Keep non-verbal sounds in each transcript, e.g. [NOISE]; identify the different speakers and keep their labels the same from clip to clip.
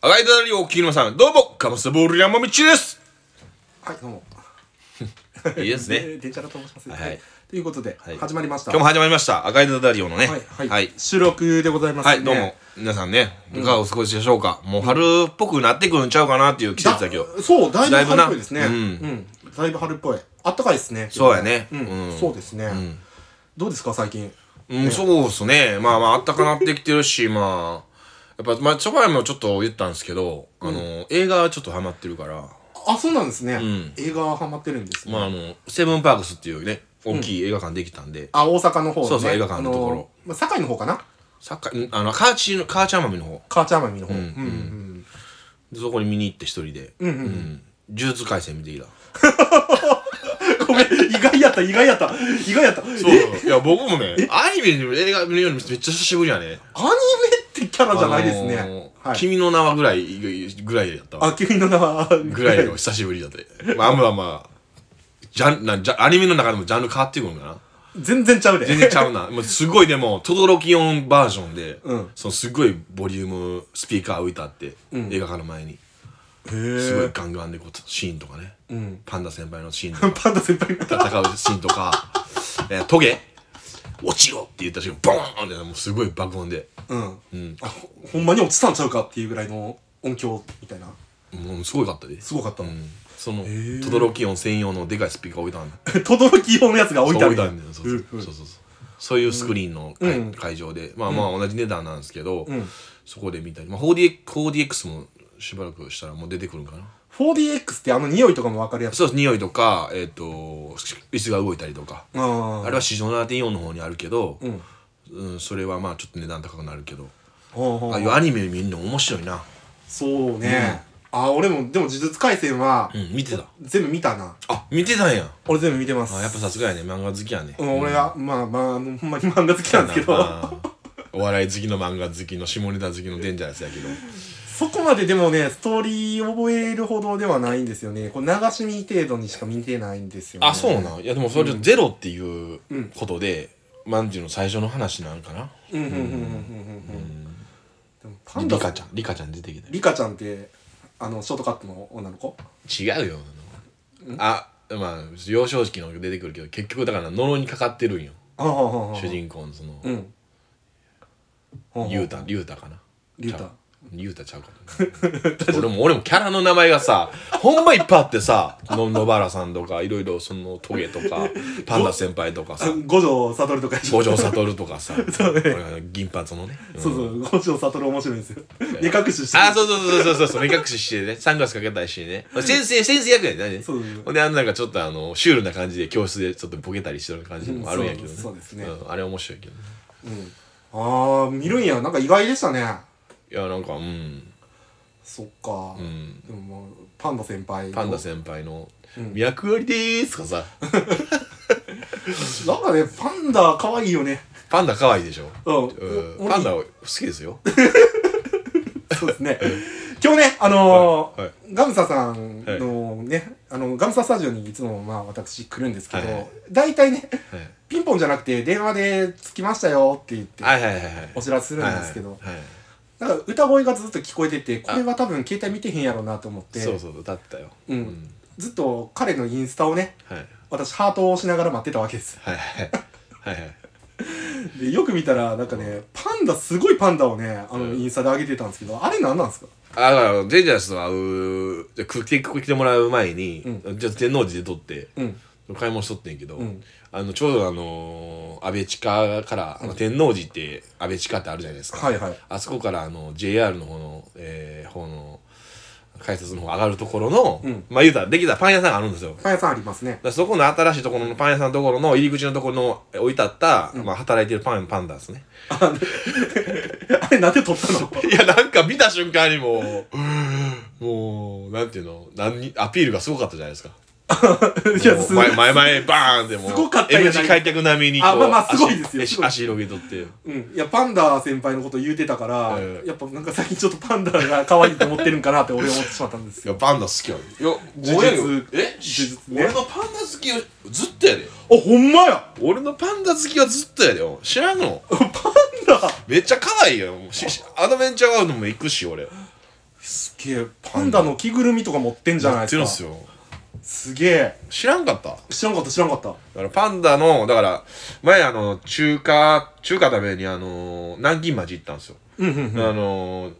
Speaker 1: あがいだりお聞きの皆さん、どうも、カムスボール山道です。
Speaker 2: はい、どうも。
Speaker 1: [LAUGHS] いいですね。
Speaker 2: でデジャラと申します。
Speaker 1: はい
Speaker 2: はい。ということで、
Speaker 1: はい
Speaker 2: 始まりました。
Speaker 1: [LAUGHS] 今日も始まりました。赤いダダリオのね。
Speaker 2: はい、はい、
Speaker 1: はい。
Speaker 2: 収録でございます、ね。
Speaker 1: はい、どうも。皆さんね、いかがお過ごしでしょうか。もう春っぽくなってくるんちゃうかなっていう季節だけど。
Speaker 2: だそう、だいぶ
Speaker 1: だいぶな
Speaker 2: 春っぽいですね。
Speaker 1: う
Speaker 2: うんん、だいぶ春っぽい。あったかいですね。
Speaker 1: そうやね
Speaker 2: うん、
Speaker 1: うん
Speaker 2: そうですね、どうですか、最近。
Speaker 1: うん、そうっすね。まあまあ、あったかなってきてるし、まあ、やっぱ、まあ、ちょばやもちょっと言ったんですけど、あの、映画はちょっとハマってるから、
Speaker 2: あ、そうなんですね。
Speaker 1: ん
Speaker 2: 映画ハマってるんですね。
Speaker 1: まああの、セブンパークスっていうね、大きい映画館できたんで、
Speaker 2: あ、大阪の方、ね、
Speaker 1: そうそう映画館のところ
Speaker 2: あまあ、堺の方かな
Speaker 1: サッカー、うんあの、カーチの、カーチャーマミの方、
Speaker 2: 母ちゃんまみの方、うん [LAUGHS]
Speaker 1: でそこに見に行って一人で、うん、呪術廻戦見てきた。
Speaker 2: うんごめん意外やった意外やった意外やった
Speaker 1: そう。
Speaker 2: え
Speaker 1: いや、僕もね、アニメでも映画見るよりめっちゃ久しぶりやね。
Speaker 2: アニメってキャラじゃないですね、
Speaker 1: あのー
Speaker 2: はい、
Speaker 1: 君の名はぐらい、ぐらいやったわ。
Speaker 2: あ君の名は
Speaker 1: ぐらいの久しぶりだって。まあまあまあ、ジャン、な、ジャアニメの中でもジャンル変わってくるんかな。
Speaker 2: 全然ちゃうで
Speaker 1: 全然ちゃうな。もうすごいでも、とどろき音バージョンで、
Speaker 2: うん
Speaker 1: そのすごいボリューム、スピーカー置いてあって、映画館の前に。すごいガンガンでこう、シーンとかね。
Speaker 2: ん
Speaker 1: パンダ先輩のシーンとか。
Speaker 2: パンダ先輩が
Speaker 1: 戦うシーンとか、えートゲ落ちろって言った瞬間、ボーンって、もうすごい爆音で、
Speaker 2: うん、
Speaker 1: ん
Speaker 2: あほほんまに落ちたんちゃうかっていうぐらいの音響みたいな
Speaker 1: もうすごかったです。
Speaker 2: すごかった
Speaker 1: う
Speaker 2: の
Speaker 1: ん。その、
Speaker 2: ー
Speaker 1: とどろき音専用のでかいスピーカー置いたんだ。
Speaker 2: 轟音のやつが置いてあ
Speaker 1: 置
Speaker 2: る
Speaker 1: いたんだよ。そうそううんそうそうそう。そういうスクリーンの会,、
Speaker 2: うん
Speaker 1: 会場で、まあまあ同じ値段なんですけど、
Speaker 2: ん
Speaker 1: そこで見たり、まあ 4DX, 4DX もしばらくしたらもう出てくるんかな。
Speaker 2: 4DX ってあの匂いとかも分かるやつ
Speaker 1: そうです、匂いとか、えっ、と、椅子が動いたりとか。
Speaker 2: あー
Speaker 1: あれは市場7.4の方にあるけど、
Speaker 2: うん
Speaker 1: うん、それはまあちょっと値段高くなるけど。
Speaker 2: ほうほう
Speaker 1: ああいうアニメ見るの面白いな。
Speaker 2: そうね、あ俺もでも「呪術廻戦」は
Speaker 1: うん、見てた。
Speaker 2: 全部見たな
Speaker 1: あ、見てたんや。
Speaker 2: 俺全部見てます
Speaker 1: あ、やっぱさすがやね。漫画好きやね。
Speaker 2: うん、俺はまあまああのほんまに漫画好きなんですけど
Speaker 1: あー [LAUGHS] お笑い好きの漫画好きの下ネタ好きのデンジャラスやけど。
Speaker 2: そこまででもねストーリー覚えるほどではないんですよねこれ流し見程度にしか見てないんですよ、ね、
Speaker 1: あ、そうなん。いや、でもそれゼロっていうことで、まんじゅうの最初の話なんかな。
Speaker 2: うんうんうんうんうんうんうんでもパンダ
Speaker 1: リカちゃん、リカちゃん出てきた
Speaker 2: リカちゃんってあのショートカットの女の子
Speaker 1: よ。違うよ。あ、まあ、幼少期の出てくるけど、結局だから呪いにかかってるんよ。
Speaker 2: ああ
Speaker 1: 主人公のその、
Speaker 2: うんほうほう
Speaker 1: ゆうた、ゆうたかな。
Speaker 2: リュウ
Speaker 1: ちゃ
Speaker 2: タ
Speaker 1: うゆうたちゃうか
Speaker 2: [LAUGHS]
Speaker 1: な俺も俺もキャラの名前がさほんまいっぱいあってさの野原さんとかいろいろそのトゲと
Speaker 2: [LAUGHS]
Speaker 1: かパンダ先輩とかさ
Speaker 2: あ五条悟とか
Speaker 1: 五
Speaker 2: そ
Speaker 1: 条
Speaker 2: う
Speaker 1: 悟とか
Speaker 2: [LAUGHS]
Speaker 1: さ、俺銀髪のね、うん
Speaker 2: そう五条悟面白いんですよ目隠しして
Speaker 1: あそうそうそうそうそうそう目隠ししてねサングラスかけたりして
Speaker 2: [LAUGHS]
Speaker 1: ね先生先生役やね何
Speaker 2: そうそうそう
Speaker 1: ほんであのなんかちょっとあのシュールな感じで教室でちょっとボケたりしてる感じもあるんやけどね、
Speaker 2: うんそうそうですね
Speaker 1: んあれ面白いけどね
Speaker 2: ああ見るんやなんか意外でしたね
Speaker 1: いやなんかうん
Speaker 2: そっか、
Speaker 1: うん
Speaker 2: でももうパンダ先輩
Speaker 1: パンダ先輩の「役割でーす」とかさ
Speaker 2: 輩なんかねパンダ可愛いよね
Speaker 1: パンダ可愛いでしょ
Speaker 2: うん、
Speaker 1: うん
Speaker 2: 俺
Speaker 1: パンダ好きです
Speaker 2: [LAUGHS]
Speaker 1: よ。
Speaker 2: そうですね。今日ね、あのー
Speaker 1: はいはい
Speaker 2: ガムサさんのね、あの、ガムサスタジオにいつもまあ私来るんですけど、
Speaker 1: はいはい
Speaker 2: 大体ね、
Speaker 1: はい
Speaker 2: ピンポンじゃなくて電話で着きましたよって言って、
Speaker 1: はいはいはいはい。
Speaker 2: お知らせするんですけど、
Speaker 1: はいはいはい
Speaker 2: なんか歌声がずっと聞こえてて、これは多分携帯見てへんやろうなと思って、
Speaker 1: そうそう歌ってたよ。
Speaker 2: うんずっと彼のインスタをね、
Speaker 1: はいはい
Speaker 2: 私ハートを押しながら待ってたわけです。 [LAUGHS]
Speaker 1: はいはいはい。
Speaker 2: で、よく見たら、なんかね、パンダ、すごいパンダをね、あの、インスタで上げてたんですけど、あれ何なんですか
Speaker 1: あだからデンジャラスと会うじゃ来て来てもらう前に、じゃあ天王寺で撮って、
Speaker 2: ん
Speaker 1: 買い物しとってんけど、
Speaker 2: ん
Speaker 1: あのちょうどあのー安倍地下からあの天王寺って安倍地下ってあるじゃないですか、
Speaker 2: はいはい
Speaker 1: あそこからあの JR の方の、えー方の改札の方上がるところの、
Speaker 2: ん
Speaker 1: まあ言うたらできたパン屋さんがあるんですよ、
Speaker 2: パン屋さんありますね
Speaker 1: だ。からそこの新しいところのパン屋さんのところの入り口のところのえ置いてあった、まあ、働いてるパンパンダです
Speaker 2: [LAUGHS]
Speaker 1: ね
Speaker 2: [LAUGHS] あれなんで撮ったの
Speaker 1: いやなんか見た瞬間にもうもうなんていうの何にアピールがすごかったじゃないですか
Speaker 2: [LAUGHS] いや、
Speaker 1: もう
Speaker 2: す
Speaker 1: 前前前バーンってもう
Speaker 2: すごかったよ
Speaker 1: M 字開脚並みにこう
Speaker 2: あまあまあすごいですよ
Speaker 1: 足
Speaker 2: すごい
Speaker 1: 足広げとって
Speaker 2: うん、いやパンダ先輩のこと言うてたから、
Speaker 1: ええ
Speaker 2: やっぱなんか最近ちょっとパンダが可愛いと思ってるんかなって俺思ってしまったんです
Speaker 1: い
Speaker 2: よ
Speaker 1: やパンダ好きやんいや
Speaker 2: 呪術
Speaker 1: え
Speaker 2: 呪術ね
Speaker 1: 俺のパンダ好きはずっとやで
Speaker 2: あほんまや
Speaker 1: 俺のパンダ好きはずっとやでよ知らんの
Speaker 2: パンダ
Speaker 1: めっちゃ可愛いよししアドベンチャーワールドも行くし俺
Speaker 2: すげえパンダの着ぐるみとか持ってんじゃない
Speaker 1: や
Speaker 2: で
Speaker 1: って
Speaker 2: す
Speaker 1: る
Speaker 2: か
Speaker 1: んすよ
Speaker 2: すげえ
Speaker 1: 知らんかっただ
Speaker 2: 知らんかった知らんかった
Speaker 1: からパンダのだから前あの中華中華食べにあの南京町行ったんですよ、
Speaker 2: うんうんうん
Speaker 1: あの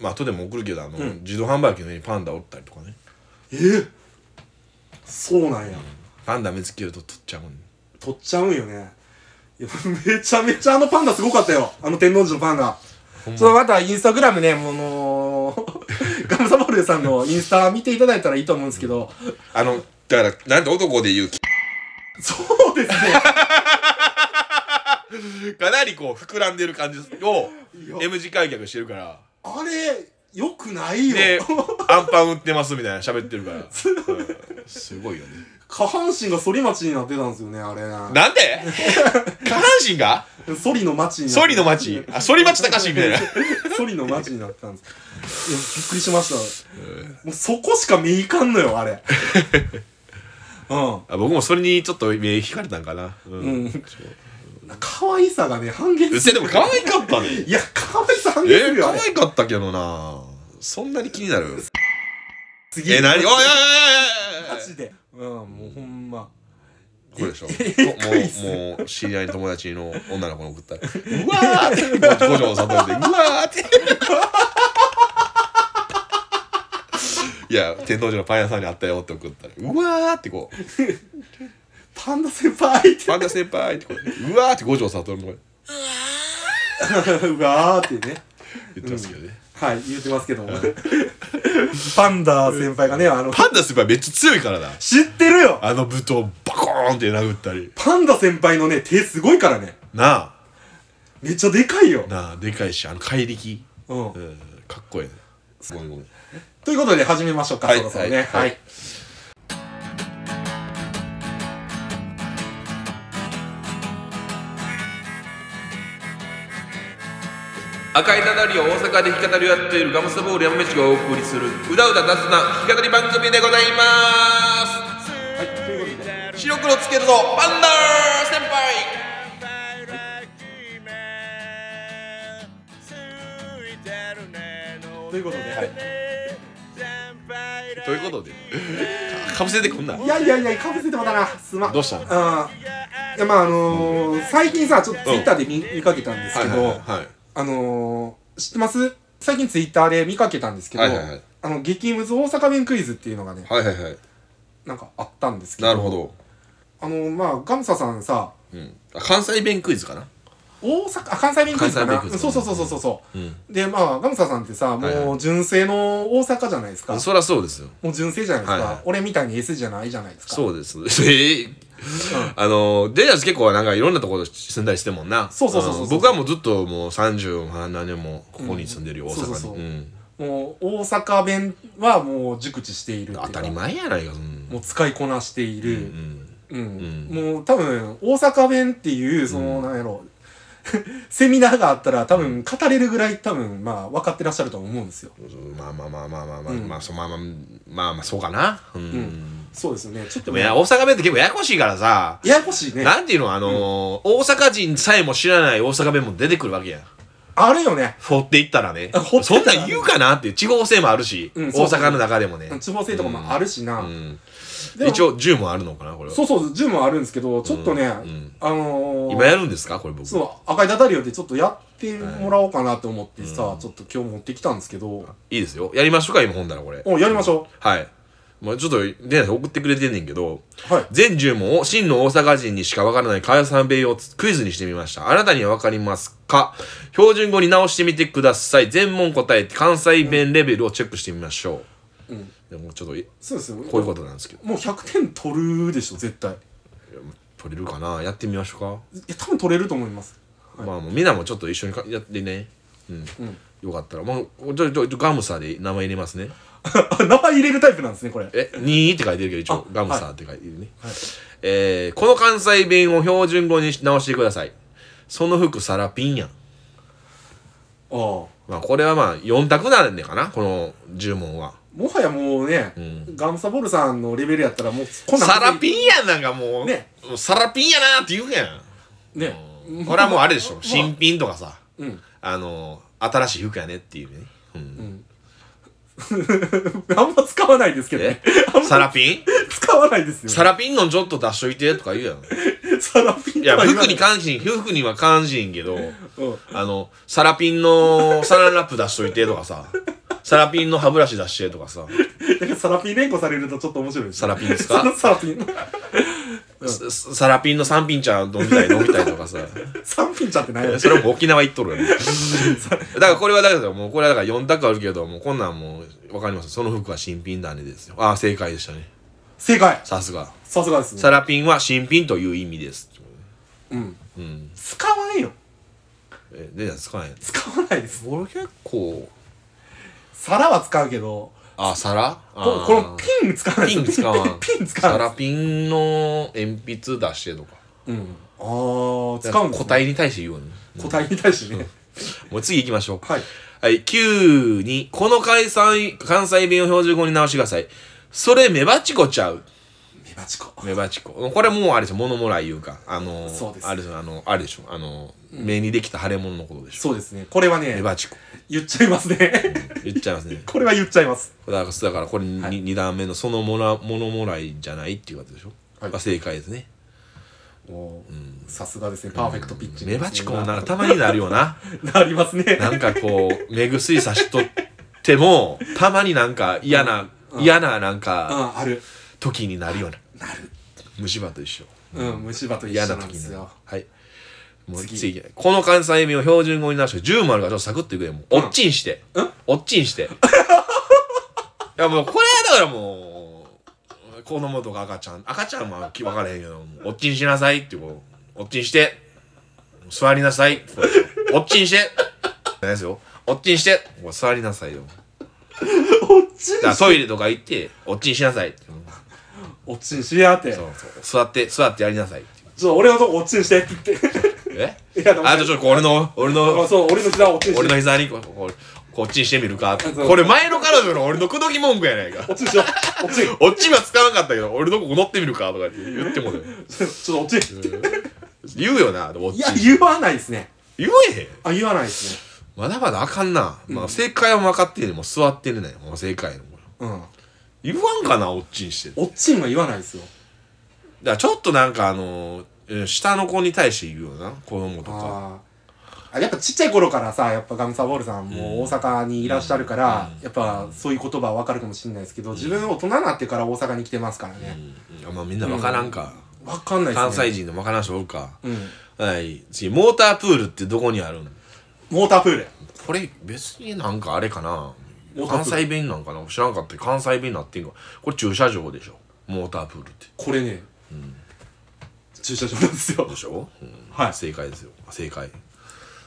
Speaker 1: まあ後でも送るけどあの、
Speaker 2: ん
Speaker 1: 自動販売機の上にパンダおったりとかね
Speaker 2: えーそうなんや
Speaker 1: パンダ見つけると取っちゃうん
Speaker 2: 取っちゃうんよねいやめちゃめちゃあのパンダすごかったよあの天王寺のパンダちょっとまたインスタグラムねもう [LAUGHS] あのーガムサボルさんのインスタ見ていただいたらいいと思うんですけど、
Speaker 1: あのだからなんて男で言う
Speaker 2: そうですね
Speaker 1: かなりこう膨らんでる感じを M 字開脚してるから
Speaker 2: あれよくないよ
Speaker 1: でアンパン売ってますみたいな喋ってるから、うんすごいよね
Speaker 2: 下半身が反り町になってたんですよねあれ
Speaker 1: なんで下半身が
Speaker 2: 反りの町になって
Speaker 1: ソリの町あソリ町高しみたいな
Speaker 2: [LAUGHS] ソリの街になったんですいやびっくりしましたもうそこしか目いかんのよ
Speaker 1: [LAUGHS]
Speaker 2: あれうん
Speaker 1: あ僕もそれにちょっと目引かれたんかなうん、
Speaker 2: うん可愛さがね半減
Speaker 1: うせでも可愛かった
Speaker 2: [LAUGHS]
Speaker 1: ね
Speaker 2: いや可愛さ半
Speaker 1: え
Speaker 2: 減する
Speaker 1: ー、
Speaker 2: よ、
Speaker 1: 可
Speaker 2: あれ
Speaker 1: 愛かったけどなそんなに気になる
Speaker 2: 次
Speaker 1: えー、何おいおいおいおいおい
Speaker 2: マジでうんもうほんま
Speaker 1: これでしょ
Speaker 2: くりする
Speaker 1: もうもう知り合いの友達の女の子に送ったら「うわー!」って五条悟で「うわー!」っていや天童寺のパン屋さんにあったよって送ったら「うわー!」ってこう
Speaker 2: パンダ先輩っ
Speaker 1: 「
Speaker 2: て
Speaker 1: パンダ先輩!」ってこう「うわー!」って五条悟の声
Speaker 2: うわーってね
Speaker 1: 言ってますけどね、
Speaker 2: はい言ってますけどもパンダ先輩がねあの
Speaker 1: パンダ先輩めっちゃ強いからな
Speaker 2: 知ってるよ
Speaker 1: あの舞踏バコーンって殴ったり
Speaker 2: パンダ先輩のね手すごいからね
Speaker 1: な
Speaker 2: めっちゃでかいよ
Speaker 1: あ、なあでかいしあの怪力、
Speaker 2: うん
Speaker 1: う、ん、かっこいいねごめんごめん
Speaker 2: ということで始めましょうか、
Speaker 1: はい
Speaker 2: そろそろね
Speaker 1: はい
Speaker 2: はい、
Speaker 1: はい赤いただりを大阪で弾き語りをやっているガムスタボール山道がお送りするうだうだ出すな弾き語り番組でございます
Speaker 2: ということで
Speaker 1: 白黒つけるぞパンダー先輩
Speaker 2: ということで、
Speaker 1: ということでかぶせてこんない
Speaker 2: やいやいやかぶせてもたなすまん
Speaker 1: どうしたの
Speaker 2: あーいやまああのー最近さちょっとツイッターで見,、見かけたんですけど、
Speaker 1: はい
Speaker 2: あのー知ってます最近ツイッターで見かけたんですけど、
Speaker 1: はいはいはい
Speaker 2: あの激ムズ大阪弁クイズっていうのがね
Speaker 1: はいはいはい
Speaker 2: なんかあったんですけど
Speaker 1: なるほど、
Speaker 2: あのーまあガムサさんさ
Speaker 1: うん、あ関西弁クイズかな
Speaker 2: 大阪あ関西弁クイズかな
Speaker 1: 関西弁クイズ
Speaker 2: そうそうそうそうそうそ
Speaker 1: うん
Speaker 2: うでまあガムサさんってさ
Speaker 1: はい
Speaker 2: も
Speaker 1: は
Speaker 2: う純正の大阪じゃないですか、
Speaker 1: そりゃそうですよ
Speaker 2: もう純正じゃないですか、
Speaker 1: はいはい
Speaker 2: 俺みたいに S じゃないじゃないですかう
Speaker 1: そうです [LAUGHS] ええあのデイダス結構なんかいろんなところ住んだりしてもんな
Speaker 2: そうそうそうそうん
Speaker 1: 僕はもうずっともう30も何年もここに住んでるよ、
Speaker 2: うん
Speaker 1: 大阪に
Speaker 2: そうそうそう
Speaker 1: うん
Speaker 2: もう大阪弁はもう熟知しているっていうか
Speaker 1: 当たり前やないかうん
Speaker 2: もう使いこなしてい
Speaker 1: うんう
Speaker 2: る、
Speaker 1: ん
Speaker 2: うん
Speaker 1: ん
Speaker 2: もう多分大阪弁っていうその、なんやろ [LAUGHS] セミナーがあったら多分語れるぐらい多分まあ分かってらっしゃると思うんですよ
Speaker 1: まあまあまあまあまあまあ、
Speaker 2: うん
Speaker 1: まあそうまあまあまあまあそうかなうん、
Speaker 2: んそうですよねち
Speaker 1: で
Speaker 2: ょっと
Speaker 1: もいや大阪弁って結構ややこしいからさ
Speaker 2: ややこしいね
Speaker 1: なんていうのあのー大阪人さえも知らない大阪弁も出てくるわけやん
Speaker 2: あるよね
Speaker 1: 掘っていったらね
Speaker 2: あ掘って
Speaker 1: そ
Speaker 2: いっ
Speaker 1: ん
Speaker 2: たら
Speaker 1: なん言うかなっていう地方性もあるし、
Speaker 2: うんそ
Speaker 1: 大
Speaker 2: うそう
Speaker 1: 阪の中でもね、
Speaker 2: 地方性とかもあるしな、
Speaker 1: うん、
Speaker 2: でも
Speaker 1: 一応10もあるのかなこれは
Speaker 2: そうそう10もあるんですけどちょっとね、
Speaker 1: ん
Speaker 2: あのー、
Speaker 1: 今やるんですかこれ僕
Speaker 2: そう赤いダダリオでちょっとやってもらおうかなと思ってさ、ちょっと今日持ってきたんですけど、
Speaker 1: いいですよやりましょうか今本ならこれ
Speaker 2: おやりましょ
Speaker 1: はい、まあ、ちょっとで送ってくれてんねんけど
Speaker 2: うはい
Speaker 1: 全10問を真の大阪人にしかわからない関西弁をクイズにしてみましたあなたにはわかりますか標準語に直してみてください全問答えて関西弁レベルをチェックしてみましょう、
Speaker 2: うん
Speaker 1: でもちょっとえ
Speaker 2: そうですよ
Speaker 1: こういうことなんですけど
Speaker 2: もう100点取るでしょ絶対い
Speaker 1: 取れるかなやってみましょうか
Speaker 2: や多分取れると思います [LAUGHS]
Speaker 1: まあもうみんなもちょっと一緒にかやってね、うん
Speaker 2: うん
Speaker 1: よかったら、まあ、ちょちょちょガムサで名前入れますね
Speaker 2: あ名前入れるタイプなんですねこれ
Speaker 1: え2って書いてるけど一応
Speaker 2: あ
Speaker 1: ガムサって書いてるね、えーこの関西弁を標準語に直してくださいその服サラピンやん
Speaker 2: ああも
Speaker 1: まあこれはまあ4択なんねんかなこの10問は
Speaker 2: はやもうね、ガムサボルさんのレベルやったらもうこんなん
Speaker 1: サラピンやんなんかもう、
Speaker 2: ね
Speaker 1: サラピンやなって言うや
Speaker 2: ね
Speaker 1: んこれはもうあれでしょ
Speaker 2: まあ
Speaker 1: 新品とかさ
Speaker 2: うん
Speaker 1: あの新しい服やねっていうね、うん
Speaker 2: うん [LAUGHS] あんま使わないですけどね。あんま
Speaker 1: サラピン
Speaker 2: 使わないですよ。
Speaker 1: サラピンのちょっと出しといてとか言う
Speaker 2: [LAUGHS]
Speaker 1: やん。
Speaker 2: サラピン
Speaker 1: いや、
Speaker 2: とは言わ
Speaker 1: 服
Speaker 2: な
Speaker 1: に関心、服には関心けど、
Speaker 2: うん
Speaker 1: あの、サラピンのサランラップ出しといてとかさ、サラピンの歯ブラシ出してとかさ、
Speaker 2: なんかサラピン連呼されるとちょっと面白いです
Speaker 1: サ
Speaker 2: ね。
Speaker 1: ラピンです
Speaker 2: そ
Speaker 1: か
Speaker 2: のサラピン。
Speaker 1: ササラピンの三品茶飲みたい飲みたいとかさ、
Speaker 2: 三品茶ってな
Speaker 1: [LAUGHS]
Speaker 2: い
Speaker 1: それも沖縄行っとるよね。だからこれはだけど、もうこれはだから4択あるけど、もうこんなんもうわかります。その服は新品なんでですよ。ああ、正解でしたね。
Speaker 2: 正解
Speaker 1: さすが。
Speaker 2: さすがですね。
Speaker 1: サラピンは新品という意味です。
Speaker 2: うん。
Speaker 1: うん。
Speaker 2: 使わないよ。
Speaker 1: え、で、使わへん。
Speaker 2: 使わないです。
Speaker 1: 俺結構、
Speaker 2: 皿は使うけど、
Speaker 1: あ、皿
Speaker 2: こ
Speaker 1: あー
Speaker 2: このピン使わない
Speaker 1: ピン使わん。
Speaker 2: [LAUGHS] ピン使
Speaker 1: サ
Speaker 2: わない
Speaker 1: ラピンの鉛筆出してとか。
Speaker 2: うん。あー、使うんです
Speaker 1: 個
Speaker 2: ね。
Speaker 1: 体に対して言うのね。
Speaker 2: 個体に対してね。
Speaker 1: もう次行きましょう。
Speaker 2: はい。
Speaker 1: はい、9に、この関西、関西弁を標準語に直してください。それ、メバチコちゃう。
Speaker 2: メバチコ。
Speaker 1: メバチコ。これもうあれでしょ、モノモラいうか。あのー、
Speaker 2: そうです
Speaker 1: あれでしょ、あの、あれでしょ、あのー、目にできた腫れ物のことでしょ。
Speaker 2: そうですね。これは
Speaker 1: メ
Speaker 2: ね、
Speaker 1: バチコ。
Speaker 2: 言っちゃいますね。 [LAUGHS]
Speaker 1: 言っちゃいますね。
Speaker 2: これは言っちゃいます。
Speaker 1: だから、だからこれに、二段目のそのもら、ものもらいじゃないっていうことでしょ。
Speaker 2: はい
Speaker 1: が正解ですね。
Speaker 2: おーさすがですね。パーフェクトピッチング
Speaker 1: メ
Speaker 2: ですね。
Speaker 1: バチコもなんかたまになるよな。
Speaker 2: なりますね。
Speaker 1: なんかこう、目薬さしとっても、たまになんか嫌な、嫌ななん
Speaker 2: う
Speaker 1: か、
Speaker 2: ん、ある。
Speaker 1: 時になるような。なる。虫歯と一緒。
Speaker 2: うん、虫歯と一
Speaker 1: 嫌
Speaker 2: 緒
Speaker 1: な
Speaker 2: なん
Speaker 1: 時
Speaker 2: で
Speaker 1: に
Speaker 2: す
Speaker 1: なる
Speaker 2: よ。。
Speaker 1: はい。もう
Speaker 2: 次
Speaker 1: 次、この関西弁を標準語に直して、10丸がちょっとサクッといくで、もう、おっちんして。おっちん
Speaker 2: [LAUGHS]
Speaker 1: して。いやもう、これはだからもう、子供とか赤ちゃん、赤ちゃんは分からへんけど、おっちんしなさいってこう、おっちんして、座りなさい、こうおっちんして、ないですよ。おっちんして、こう座りなさいよ。
Speaker 2: おっちん
Speaker 1: だからトイレとか行って、おっちんしなさいって。
Speaker 2: おっちんしやって。
Speaker 1: そうそう。座って、座ってやりなさいって。
Speaker 2: ちょ、俺のとこおっちんしてって言って。
Speaker 1: え
Speaker 2: いやでも
Speaker 1: あとちょっとこう俺の、俺の
Speaker 2: [LAUGHS] あ、、そう、俺の膝をおっちん
Speaker 1: [LAUGHS]
Speaker 2: し
Speaker 1: 俺
Speaker 2: て。
Speaker 1: の膝にこここっちにしてみるかって
Speaker 2: そう
Speaker 1: これ前の彼女の俺の口説き文句やないか [LAUGHS]
Speaker 2: おっちんしよう。おっちん。
Speaker 1: おっちは使わんかったけど俺のこ乗ってみるかとかって言ってもね
Speaker 2: ちょちょっとおっちん。
Speaker 1: 言うよなでもおっ
Speaker 2: い
Speaker 1: ち
Speaker 2: や、言わないですね。
Speaker 1: 言えへん
Speaker 2: あ、言わないですね。
Speaker 1: まだまだあかんな、まあ、正解は分かってるねもう座ってるねもう正解のこれ
Speaker 2: うん。
Speaker 1: 言わんかなおっちにしてだか
Speaker 2: おっちんは言わないですよ。
Speaker 1: らちょっとなんかあのーうん下の子に対して言うよな子供とか
Speaker 2: ああ。やっぱちっちゃい頃からさ、やっぱガムサボールさんも大阪にいらっしゃるから、やっぱそういう言葉はわかるかもしれないですけど、自分大人になってから大阪に来てますから
Speaker 1: う
Speaker 2: ね。
Speaker 1: んうんあまあみんな分からんか、
Speaker 2: わかんないですね。
Speaker 1: 関西人でも分からん人おるか、
Speaker 2: うん。
Speaker 1: はい次モータープールってどこにあるの
Speaker 2: モータープール。
Speaker 1: これ別になんかあれかな
Speaker 2: モータープー
Speaker 1: 関
Speaker 2: ル
Speaker 1: 西弁なんかな知らんかった関西弁になってんかこれ駐車場でしょモータープールって
Speaker 2: これね、駐車場なんですよ
Speaker 1: で。しょ、うん
Speaker 2: はい
Speaker 1: 正解ですよ正解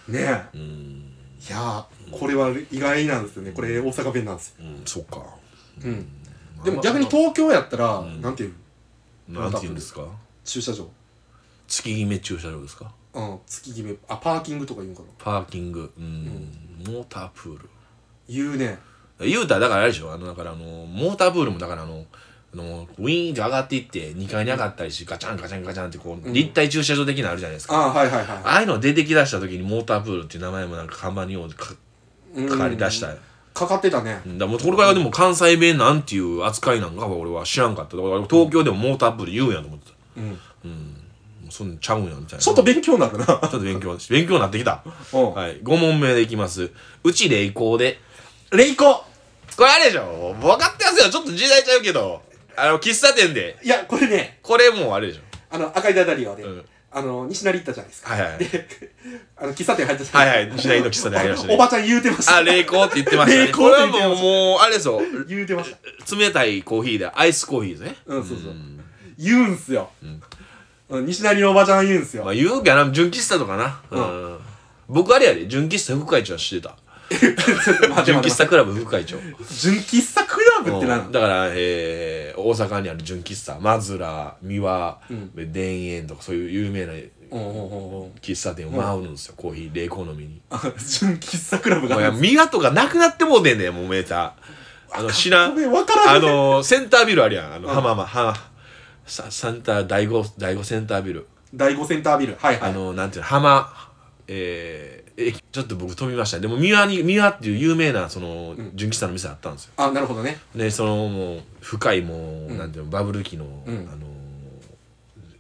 Speaker 2: ね
Speaker 1: う
Speaker 2: え。
Speaker 1: ん、
Speaker 2: いやー、これは意外なんですよね。これ大阪弁なんですよ。
Speaker 1: うん、そっか
Speaker 2: うん。でも逆に東京やったら、なんていう
Speaker 1: なんて言うんですか
Speaker 2: 駐車場。
Speaker 1: 月決め駐車場ですか
Speaker 2: うん。月決め、あ、パーキングとか言うんかな。
Speaker 1: パーキングうん、モータープール
Speaker 2: 言うね。
Speaker 1: 言うたらだからあれでしょあのだからあのモータープールもだからあのあのウィーンって上がっていって2階に上がったりしガチャンガチャンガチャンってこう、立体駐車場的なのあるじゃないですか
Speaker 2: あーはいはいは
Speaker 1: ああいうの出てきだした時にモータープールっていう名前もなんか看板にようか
Speaker 2: い。
Speaker 1: かかりだしたよ、
Speaker 2: かかってたね。
Speaker 1: だからもうこれからでも関西弁なんていう扱いなんかは俺は知らんかっただから東京でもモータープール言うんやと思ってた
Speaker 2: うん。
Speaker 1: もうそんなんちゃうんやみたいな
Speaker 2: ちょっと勉強になるな。
Speaker 1: ちょっと勉強勉強になってきた
Speaker 2: うん
Speaker 1: はい5問目でいきますうち霊光で
Speaker 2: レイコ
Speaker 1: これあれでしょ分かってますよちょっと時代ちゃうけどあの喫茶店で
Speaker 2: いや、これね、
Speaker 1: これもうあれでしょ
Speaker 2: あの、赤いダダリオで、
Speaker 1: うん
Speaker 2: あの、西成行ったじゃないですか。
Speaker 1: はいはい
Speaker 2: [LAUGHS] あの、喫茶店入ったじゃ
Speaker 1: は
Speaker 2: ないい
Speaker 1: は
Speaker 2: で
Speaker 1: い時代の喫茶店ありまし
Speaker 2: す
Speaker 1: た
Speaker 2: か。
Speaker 1: ね
Speaker 2: おばちゃん言うてました。
Speaker 1: あ霊光って言ってましたね
Speaker 2: 霊
Speaker 1: こ
Speaker 2: 光
Speaker 1: れ
Speaker 2: って
Speaker 1: はも
Speaker 2: 言ってま
Speaker 1: う
Speaker 2: し
Speaker 1: もうあれですよ
Speaker 2: 言うてました。
Speaker 1: 冷たいコーヒーでアイスコーヒーですね
Speaker 2: うん、そうそう。言うんすよ。うん。西成のおばちゃん言うんすよ。
Speaker 1: まあ言うかな、純喫茶とかな。うん。僕あれやで、純喫茶副会長はしてた。
Speaker 2: ちょっと待って
Speaker 1: 純
Speaker 2: 待
Speaker 1: 喫
Speaker 2: って
Speaker 1: 茶クラブ副会長。
Speaker 2: 純喫茶クラブってなん
Speaker 1: うん
Speaker 2: だ [LAUGHS]
Speaker 1: だから、えー、大阪にある純喫茶、マズラ、三輪、田園とかそういう有名な
Speaker 2: おうおうおうおう
Speaker 1: 喫茶店を回るんですよ、コーヒー、冷凍飲みに。
Speaker 2: あ純喫茶クラブが
Speaker 1: もう
Speaker 2: あ
Speaker 1: や
Speaker 2: る
Speaker 1: 三輪とかなくなってもうてんねん、もうメーター。あの、知らん。
Speaker 2: ごめんわからん
Speaker 1: あの、センタービルあるやん。あの、浜間、浜、ササンタ、第五、第五センタービル。
Speaker 2: 第5センタービルはいは
Speaker 1: あ
Speaker 2: い
Speaker 1: の、なんていうの、浜、えー、えちょっと僕飛びましたねでも三輪に三輪っていう有名なその純喫茶の店あったんですよ
Speaker 2: あなるほどね
Speaker 1: でそのもう深いもう、
Speaker 2: ん
Speaker 1: なんていうのバブル期の、
Speaker 2: ん
Speaker 1: あの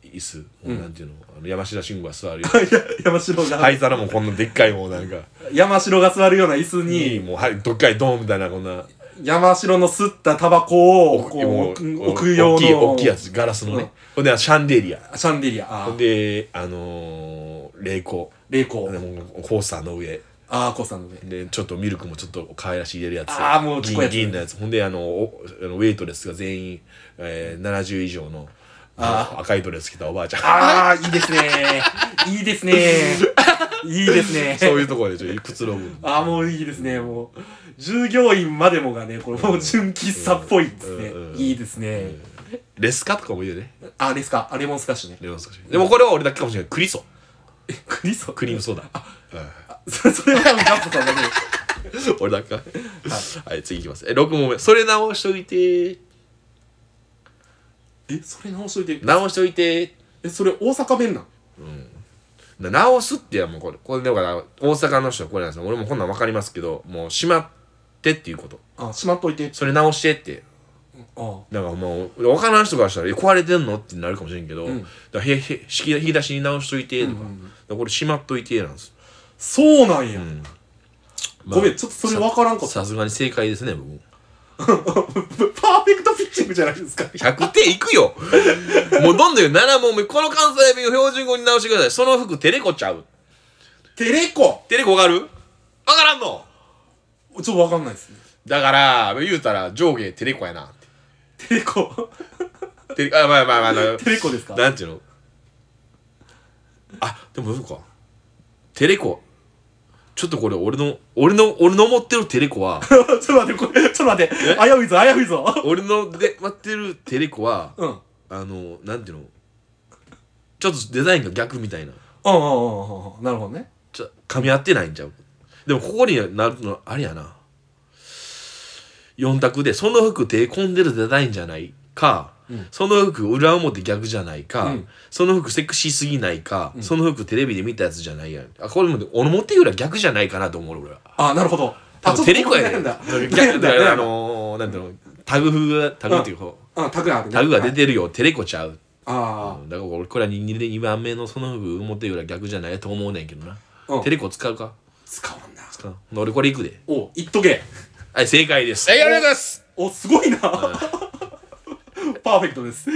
Speaker 1: ー椅子、もうなんていうのあの山城慎吾が座るよ
Speaker 2: や山城が、
Speaker 1: 灰皿もこんなでっかいもうなんか
Speaker 2: 山城が座るような椅子に、
Speaker 1: にもうはいどっかいドンみたいなこんな
Speaker 2: 山城の吸ったタバコを
Speaker 1: も
Speaker 2: こ
Speaker 1: う
Speaker 2: う置く用の
Speaker 1: 大きい大きいやつガラスのね、ほんでシャンデリア
Speaker 2: シャンデリアあ
Speaker 1: ほん
Speaker 2: ー
Speaker 1: であのー、冷凍
Speaker 2: 霊
Speaker 1: で
Speaker 2: 光
Speaker 1: もうコースターの上
Speaker 2: あーコウさんのね
Speaker 1: でちょっとミルクもちょっと可愛らしい入れるやつ
Speaker 2: あーもうちっこいやつ
Speaker 1: 銀銀のやつほんであのおあのウェイトレスが全員、えー、70以上の
Speaker 2: あ
Speaker 1: 赤いドレス着たおばあちゃん
Speaker 2: あーいいですね [LAUGHS] いいですねいいですね
Speaker 1: そういうところでちょっとくつろぐ
Speaker 2: ああもういいですねもう従業員までもがねこれもう純喫茶っぽいですね、
Speaker 1: うんうん
Speaker 2: いいですね、
Speaker 1: レスカとかもいいよね
Speaker 2: あれですかあレモンスカッシュね [LAUGHS]
Speaker 1: レモンスカッシュでもこれは俺だけかもしれないクリソ
Speaker 2: えクリソ
Speaker 1: クリームソーダ
Speaker 2: そそれは多分ガッツさんだ
Speaker 1: [LAUGHS]
Speaker 2: け
Speaker 1: うん [LAUGHS] 俺だけかはい次いきますえ6問目それ直しといて
Speaker 2: えそれ直しといて
Speaker 1: 直しといて
Speaker 2: えそれ大阪弁なん
Speaker 1: な直すってやもうこれこれだから大阪の人はこれなんですよ俺もこんなん分かりますけどもうしまってっていうこと
Speaker 2: あしまっといて
Speaker 1: それ直してって
Speaker 2: あ
Speaker 1: なんかもう分からん人からしたら「え壊れてんの?」ってなるかもしれんけど、
Speaker 2: ん
Speaker 1: だからへへ引き引き出しに直しといてとか,、だからこれしまっといてなんです、
Speaker 2: そうなんや、
Speaker 1: まあ
Speaker 2: ごめんちょっとそれ分からんかった
Speaker 1: さすがに正解ですね僕も
Speaker 2: [LAUGHS] パーフェクトピッチングじゃないですか
Speaker 1: 100点いく
Speaker 2: [LAUGHS]
Speaker 1: よもうどんどん言う7問目この関西弁を標準語に直してくださいその服テレコちゃう
Speaker 2: テレコ
Speaker 1: テレコがある分からんの
Speaker 2: ちょっと分かんないですね
Speaker 1: だから言うたら上下テレコやなって
Speaker 2: テレコ
Speaker 1: テレあまあまあまああの
Speaker 2: テレコですか
Speaker 1: なんていうのあでもそうかテレコちょっとこれ俺の俺の俺の持ってるテレコは
Speaker 2: ちょっと待ってこれちょっと待って危ういぞ危ういぞ
Speaker 1: 俺ので待ってるテレコは
Speaker 2: うんうん
Speaker 1: あのなんていうのちょっとデザインが逆みたいな
Speaker 2: うんうんうんうんなるほどね
Speaker 1: ちょ噛み合ってないんちゃうでもここになるのあれやな4択でその服手込んでるデザインじゃないか、その服裏表逆じゃないか、
Speaker 2: うん
Speaker 1: その服セクシーすぎないか、その服テレビで見たやつじゃないやんあこれも表裏逆じゃないかなと思う俺は
Speaker 2: あなるほど
Speaker 1: 多分テレコや
Speaker 2: ね
Speaker 1: ね
Speaker 2: ん
Speaker 1: ん
Speaker 2: だ
Speaker 1: 逆
Speaker 2: ん
Speaker 1: だからあ
Speaker 2: だ
Speaker 1: のー、なんていうのタグ風がタグっていう方
Speaker 2: うんタグがあるね
Speaker 1: タグが出
Speaker 2: はい
Speaker 1: てるよ、テレコちゃう、
Speaker 2: あ
Speaker 1: だから俺これは人間で2番目のその服表裏逆じゃないと思うねんけどな、
Speaker 2: あうん
Speaker 1: テレコ使うか
Speaker 2: 使わんな
Speaker 1: 使う俺これいくで
Speaker 2: おう言っとけ
Speaker 1: はい、正解です。はい、ありがとうございます。
Speaker 2: おすごいな [LAUGHS] パーフェクトです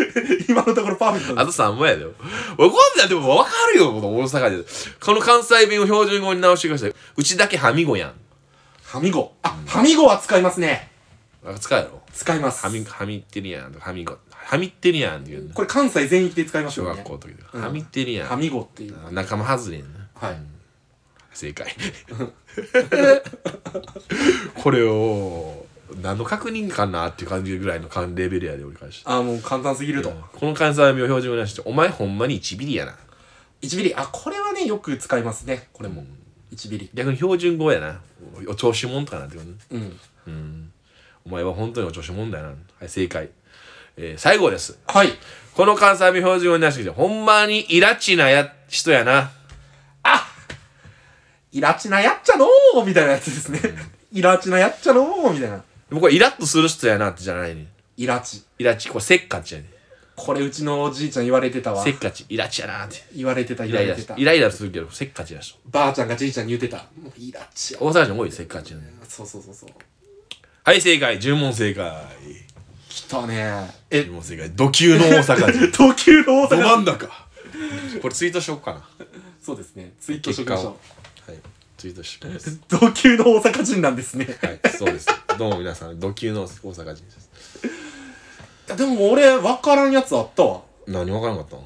Speaker 2: 今のところパーフェクトで
Speaker 1: あと3問やで。俺、今度はでも分かるよ、この大阪で。この関西弁を標準語に直してください。うちだけはみごやん。
Speaker 2: すはみごあはみごは使いますね
Speaker 1: あ使うやろ。
Speaker 2: 使います
Speaker 1: はみ、はみってるやんとか。はみご。はみってるやんっていうね。
Speaker 2: これ関西全域で使いまし
Speaker 1: 小
Speaker 2: ょうね
Speaker 1: 学校の時とか。はみってるや
Speaker 2: は
Speaker 1: ん。
Speaker 2: みごっていう
Speaker 1: 仲間外れやんな。
Speaker 2: はい
Speaker 1: 正 [LAUGHS] 解。これを、何の確認かなっていう感じぐらいの感レベルやで、俺からして。
Speaker 2: あーもう簡単すぎると
Speaker 1: この関西弁を標準語に直して、お前ほんまに1ビリやな。
Speaker 2: 1ビリあこれはねよく使いますねこれも1ビリ
Speaker 1: 逆に標準語やなおお調子者とかなってくるね
Speaker 2: うん
Speaker 1: お前は本当にお調子者だよなはい正解、えー最後です
Speaker 2: はい
Speaker 1: この関西弁標準語になしてきてほんまにイラチなや人やな
Speaker 2: イラチなやっちゃのーみたいなやつですね [LAUGHS] イラチなやっちゃのーみたいな
Speaker 1: でもこれイラッとする人やなってじゃないね
Speaker 2: イラチ
Speaker 1: イラチこれせっかちやね
Speaker 2: これうちのおじいちゃん言われてたわ
Speaker 1: せっかちイラチやなって
Speaker 2: 言われてた
Speaker 1: イ
Speaker 2: 言わ
Speaker 1: ライ
Speaker 2: れ
Speaker 1: ラ
Speaker 2: て
Speaker 1: したイライラするけどせっかちな人
Speaker 2: ばあちゃんがじいちゃんに言ってたもうイラチや
Speaker 1: 大阪人多いよせっかちやね
Speaker 2: そうそうそうそう
Speaker 1: はい正解10問正解
Speaker 2: 来たねえ
Speaker 1: 10問正解土級の大阪人
Speaker 2: 東急の大
Speaker 1: [LAUGHS] ど
Speaker 2: 阪
Speaker 1: 真ん中これツイートしよっかな
Speaker 2: そうですねツイートしましょ
Speaker 1: はいツイートしよう
Speaker 2: う東急の大阪人なんですね
Speaker 1: はい、そうです。どうも皆さん、土級の大阪人です。
Speaker 2: いやでも俺分からんやつあったわ
Speaker 1: 何わからんかったの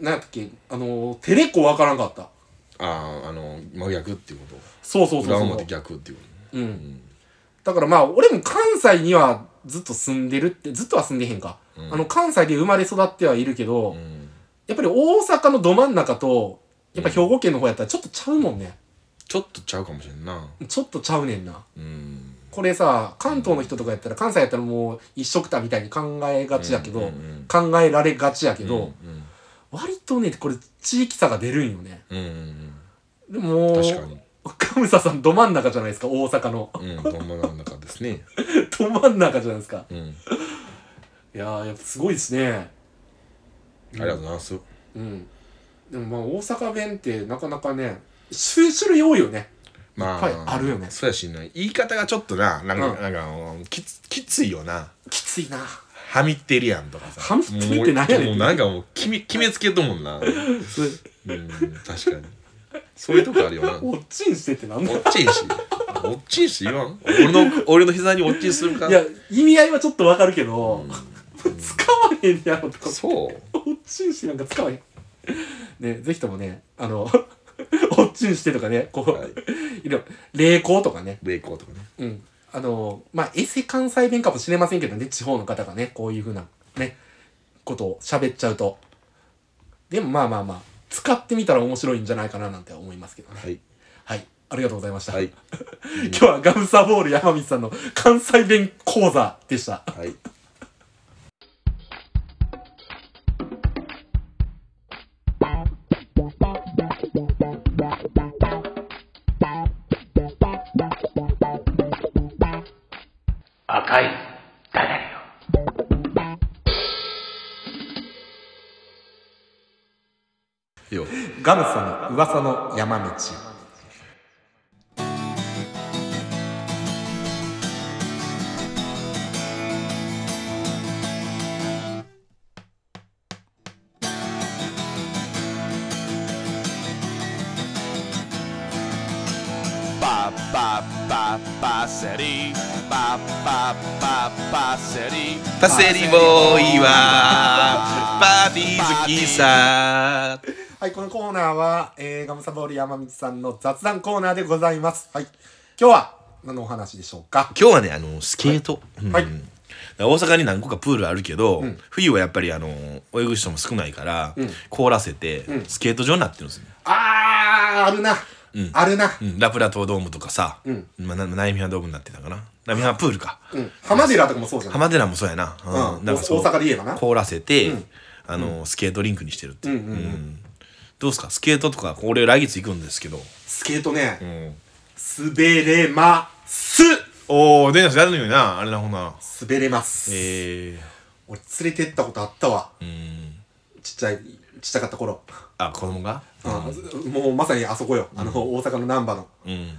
Speaker 2: なんやったっけあのーテレコ分からんかった
Speaker 1: ああ、あの、真逆っていうこ
Speaker 2: そうそ
Speaker 1: と。
Speaker 2: うそう
Speaker 1: 裏
Speaker 2: そう
Speaker 1: 表逆っていうこ
Speaker 2: うん、だからまあ俺も関西にはずっと住んでるってずっとは住んでへんか、あの関西で生まれ育ってはいるけど、
Speaker 1: と。うん。
Speaker 2: やっぱり大阪のど真ん中とやっぱ兵庫県の方やったらちょっとちゃうもんね、
Speaker 1: ちょっとちゃうかもしれんな。
Speaker 2: ちょっとちゃうねんな
Speaker 1: うん。
Speaker 2: これさ関東の人とかやったら関西やったらもう一緒くたみたいに考えがちやけど、
Speaker 1: うんうん
Speaker 2: 考えられがちやけ
Speaker 1: う
Speaker 2: ど、
Speaker 1: ん。
Speaker 2: 割とねこれ地域差が出るんよね
Speaker 1: うん。うん。
Speaker 2: でも
Speaker 1: 確かに
Speaker 2: 神サさんど真ん中じゃないですか大阪の [LAUGHS]
Speaker 1: うんどん真ん中ですね
Speaker 2: ど真ん中じゃないですか
Speaker 1: うん
Speaker 2: いやーやっぱすごいですね
Speaker 1: ありがとうございます
Speaker 2: うんでもまあ大阪弁ってなかなかね種種類多いよね
Speaker 1: ま
Speaker 2: いっぱいあるよね
Speaker 1: そうやしな言い方がちょっとななんか、
Speaker 2: うん
Speaker 1: なんかあのきつきついよな
Speaker 2: きついな
Speaker 1: はみってるやんとかさ
Speaker 2: はみってるってなんやねん
Speaker 1: もうもうなんかもう決め決めつけともんなうん確かにそういうとこあるよな
Speaker 2: おっちんしてってなんだ
Speaker 1: おっちんしおっちんし言わん俺の俺の膝におっちんするか
Speaker 2: いや意味合いはちょっとわかるけど、使わへんやろとか
Speaker 1: そう
Speaker 2: おっちんしてなんか使わへんねぜひともねあの [LAUGHS] おっちんしてとかねこう、
Speaker 1: はい
Speaker 2: い、ろいろ霊光とかね
Speaker 1: 霊光とかね
Speaker 2: うんあのまあエセ関西弁かもしれませんけどね地方の方がねこういうふうなねことを喋っちゃうとでもまあまあまあ使ってみたら面白いんじゃないかななんて思いますけどね
Speaker 1: はい
Speaker 2: はいありがとうございました、
Speaker 1: はい
Speaker 2: 今日はガムサボール山道さんの関西弁講座でした
Speaker 1: はい
Speaker 3: 赤いダイヤルよ。
Speaker 1: よ
Speaker 2: ガムさんの噂の山道
Speaker 4: パパパパセリパパパパセリ
Speaker 1: パセリボーイ [LAUGHS] はパーティー好きさ
Speaker 2: はいこのコーナーは、えーガムサボール山道さんの雑談コーナーでございますはい今日は何のお話でしょうか
Speaker 1: 今日はねあのスケート、うん
Speaker 2: はい
Speaker 1: 大阪に何個かプールあるけど、冬はやっぱりあの泳ぐ人も少ないから、凍らせて、スケート場になってるんですよ、
Speaker 2: あーあるな、あるな、
Speaker 1: うんラプラトドームとかさ、まあ、なナイミハドームになってたかなナイミハプールか、
Speaker 2: うん、浜寺とかもそうじゃない
Speaker 1: 浜寺もそうやな,、
Speaker 2: うん
Speaker 1: なんかそう
Speaker 2: 大阪で言えばな
Speaker 1: 凍らせて、あのスケートリンクにしてるっていう、うんどうですかスケートとか俺来月行くんですけど、
Speaker 2: スケートね、滑れます
Speaker 1: おお出なしやるのよなあれなほな
Speaker 2: 滑れます、
Speaker 1: えー、
Speaker 2: 俺連れてったことあったわ、ちっちゃいちっちゃかった頃、
Speaker 1: あ子供が
Speaker 2: うんもうまさにあそこよあの、大阪の難波の
Speaker 1: うん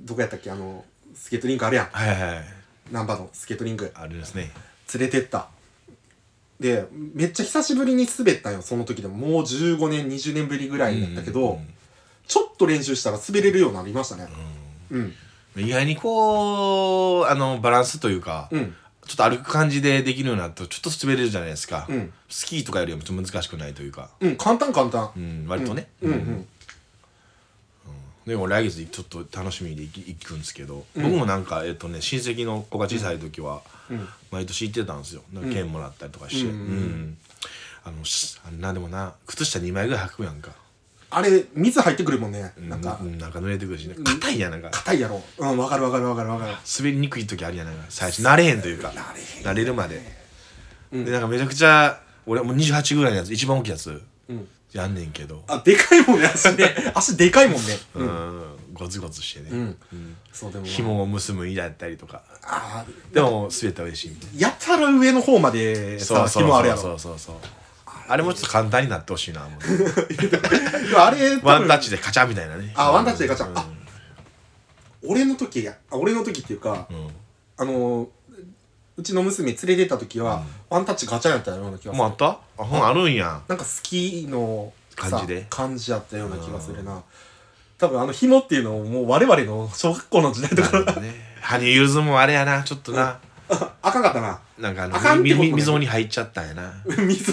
Speaker 2: どこやったっけあのスケートリンクあるやん
Speaker 1: はいはいはい
Speaker 2: 難波のスケートリンク
Speaker 1: あれですね
Speaker 2: 連れてったでめっちゃ久しぶりに滑ったんよその時でももう15年20年ぶりぐらいだったけど、ちょっと練習したら滑れるようになりましたねうん
Speaker 1: 意外にこうあのバランスというか、
Speaker 2: うん
Speaker 1: ちょっと歩く感じでできるようになるとちょっと滑れるじゃないですか、
Speaker 2: うん
Speaker 1: スキーとかよりもちょっと難しくないというか、
Speaker 2: うん、簡単簡単、
Speaker 1: うん、割とね、
Speaker 2: うんうん
Speaker 1: でも来月ちょっと楽しみで行き行くんですけど、僕もなんか、えっとね、親戚の子が小さい時は、毎年行ってたんですよなんか券もらったりとかして、うんあのしあなんでもな靴下2枚ぐらい履くやんか
Speaker 2: あれ水入ってくるもんね
Speaker 1: な
Speaker 2: なんん
Speaker 1: か
Speaker 2: か、
Speaker 1: なんか濡れてくるしね硬いやんなんか
Speaker 2: 硬いやろうんわかるわかるわかるわかる
Speaker 1: 滑りにくい時あるやんなんか最初慣れへんというか
Speaker 2: 慣れへ
Speaker 1: 慣
Speaker 2: ん
Speaker 1: れるまで、でなんかめちゃくちゃ俺もう28ぐらいのやつ一番大きいやつ、やんねんけど
Speaker 2: あでかいもんね足
Speaker 1: [LAUGHS]
Speaker 2: ね足でかいもんね
Speaker 1: うん、ゴツゴツしてね、
Speaker 2: うん、そうでも
Speaker 1: 紐を結むいだったりとか
Speaker 2: ああ
Speaker 1: でも滑ったら嬉しいみたいな
Speaker 2: やたら上の方まで
Speaker 1: そ
Speaker 2: さ
Speaker 1: うそう
Speaker 2: 紐あるやろ
Speaker 1: そうそうそうあれもちょっと簡単になってほしいな思って
Speaker 2: いやあれ
Speaker 1: ワンタッ
Speaker 2: チ
Speaker 1: チでカチャみたいなね
Speaker 2: あワンタッチでガチャ
Speaker 1: う
Speaker 2: ン
Speaker 1: ん
Speaker 2: あ俺の時やあ俺の時っていうか、あのーうちの娘連れてった時は、ワンタッチガチャンやったような気がす
Speaker 1: も
Speaker 2: る
Speaker 1: うあったあほんあるん
Speaker 2: [LAUGHS]
Speaker 1: や
Speaker 2: なんかスキーのさ
Speaker 1: 感じで
Speaker 2: 感じやったような気がするな多分あの紐っていうのをもう我々の小学校の時代とか
Speaker 1: ね羽生結弦もあれやなちょっとな
Speaker 2: [LAUGHS] あかんかったな
Speaker 1: なんかあ
Speaker 2: あか
Speaker 1: の
Speaker 2: んって
Speaker 1: み
Speaker 2: ことね
Speaker 1: み
Speaker 2: [LAUGHS]
Speaker 1: 溝に入っちゃったんやな
Speaker 2: 溝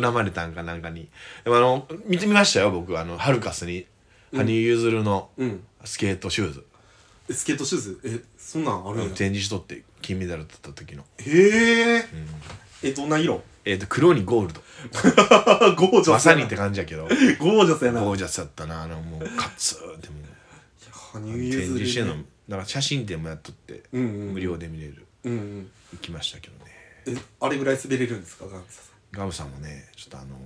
Speaker 1: 恨まれたんかなんかにでもあの見てみましたよ僕あのハルカスに羽生結弦の
Speaker 2: うん
Speaker 1: スケートシューズ、
Speaker 2: スケートシューズえそんなんあるんや、へ
Speaker 1: 展示しとって金メダル取った時の
Speaker 2: え、えどんな色 [LAUGHS]
Speaker 1: えっ、と黒にゴールド
Speaker 2: ゴージャス
Speaker 1: まさ
Speaker 2: やな
Speaker 1: にって感じやけど
Speaker 2: ゴージャスやな
Speaker 1: ゴージャスだったなあのもうカツーってもう
Speaker 2: 羽生
Speaker 1: 展
Speaker 2: 結
Speaker 1: 示してん
Speaker 2: 弦
Speaker 1: の
Speaker 2: ね
Speaker 1: なんか写真展もやっとって、
Speaker 2: うんうん
Speaker 1: 無料で見れる
Speaker 2: うんうん
Speaker 1: 行きましたけどね
Speaker 2: えあれぐらい滑れるんですかガンサさん
Speaker 1: ガムさんもねちょっとあの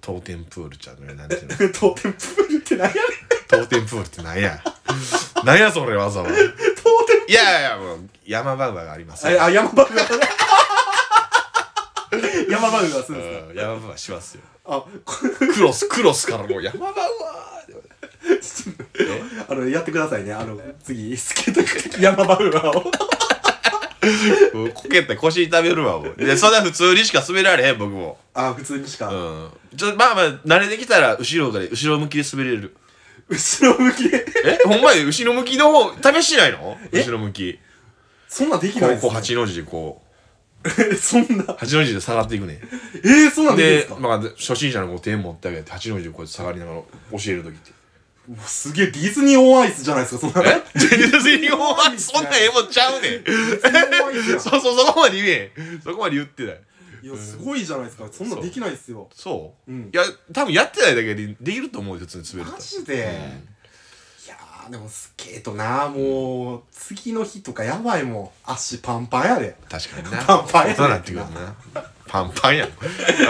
Speaker 1: 当店プールちゃんのなんていう
Speaker 2: [LAUGHS]
Speaker 1: の
Speaker 2: 当店プールって何やねん
Speaker 1: 当店プールってなんやなんやそれわざわざ
Speaker 2: 当店
Speaker 1: いやいやいやもう山バウアーがあります
Speaker 2: あ
Speaker 1: よ
Speaker 2: あ山バグが [LAUGHS] 山バグがするん
Speaker 1: う
Speaker 2: ですか
Speaker 1: ん山バウアーしますよ
Speaker 2: あこれ
Speaker 1: クロスクロスからもう山バウアー
Speaker 2: あのやってくださいねあの次スケート靴山バグがを
Speaker 1: もうこけて腰痛めるわもうでそんな普通にしか滑られへん僕も
Speaker 2: あ普通にしか、
Speaker 1: うんちょまあまあ慣れてきたら後ろが後ろ向きで滑れる
Speaker 2: 後ろ向きで
Speaker 1: えほんまに後ろ向きの方試してないの
Speaker 2: え
Speaker 1: 後ろ向き
Speaker 2: そんなんできない
Speaker 1: こう
Speaker 2: です、
Speaker 1: こう
Speaker 2: ね、
Speaker 1: 八の字でこう
Speaker 2: そんな
Speaker 1: 八の字で下がっていくね
Speaker 2: えー、そんなんできるんで
Speaker 1: です
Speaker 2: か、
Speaker 1: まあ、初心者の子を手持ってあげて八の字でこうやって下がりながら教える時って
Speaker 2: うわすげえディズニー・オン・アイスじゃないですかそんな
Speaker 1: え全然お前 [LAUGHS] そんなええもんちゃうねん
Speaker 2: い
Speaker 1: そうそうそこまで言えへんそこまで言ってない
Speaker 2: やすごいじゃないですかそんなんできないですよ
Speaker 1: そう、
Speaker 2: うん
Speaker 1: いや多分やってないだけでできると思うよ普通に滑る
Speaker 2: マ
Speaker 1: と
Speaker 2: ジで、いやーでもスケートなもう次の日とかやばいもん足パンパンやで
Speaker 1: 確かにな
Speaker 2: パンパンやね
Speaker 1: 大人になってくるなパンパンやん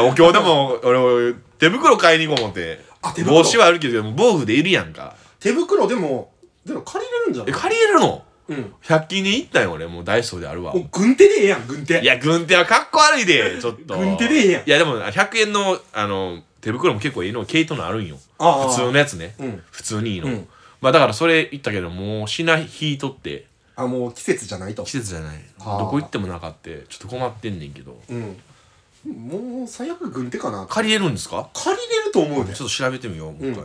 Speaker 1: お経でも俺手袋買いに行こう思って
Speaker 2: あ手袋
Speaker 1: 帽子はあるけど防具でいるやんか
Speaker 2: 手袋でもでも借りれるんじゃな
Speaker 1: え
Speaker 2: い
Speaker 1: 借りれるの
Speaker 2: うん
Speaker 1: 100均に行ったよ俺もうダイソーであるわ
Speaker 2: もう軍手でええやん軍手
Speaker 1: いや軍手はかっこ悪いでちょっと
Speaker 2: 軍手でええやん
Speaker 1: いやでも100円のあの手袋も結構いいの毛糸のあるんよ
Speaker 2: ああ
Speaker 1: 普通のやつね、
Speaker 2: うん
Speaker 1: 普通にいいの、
Speaker 2: うん
Speaker 1: まあだからそれ行ったけどもう品引いとって
Speaker 2: あもう季節じゃないと
Speaker 1: 季節じゃない
Speaker 2: あー
Speaker 1: どこ行ってもなかってちょっと困ってんねんけど
Speaker 2: うんもう最悪軍手かな
Speaker 1: 借りれるんですか
Speaker 2: 借りれると思うね
Speaker 1: ちょっと調べてみようもう一回、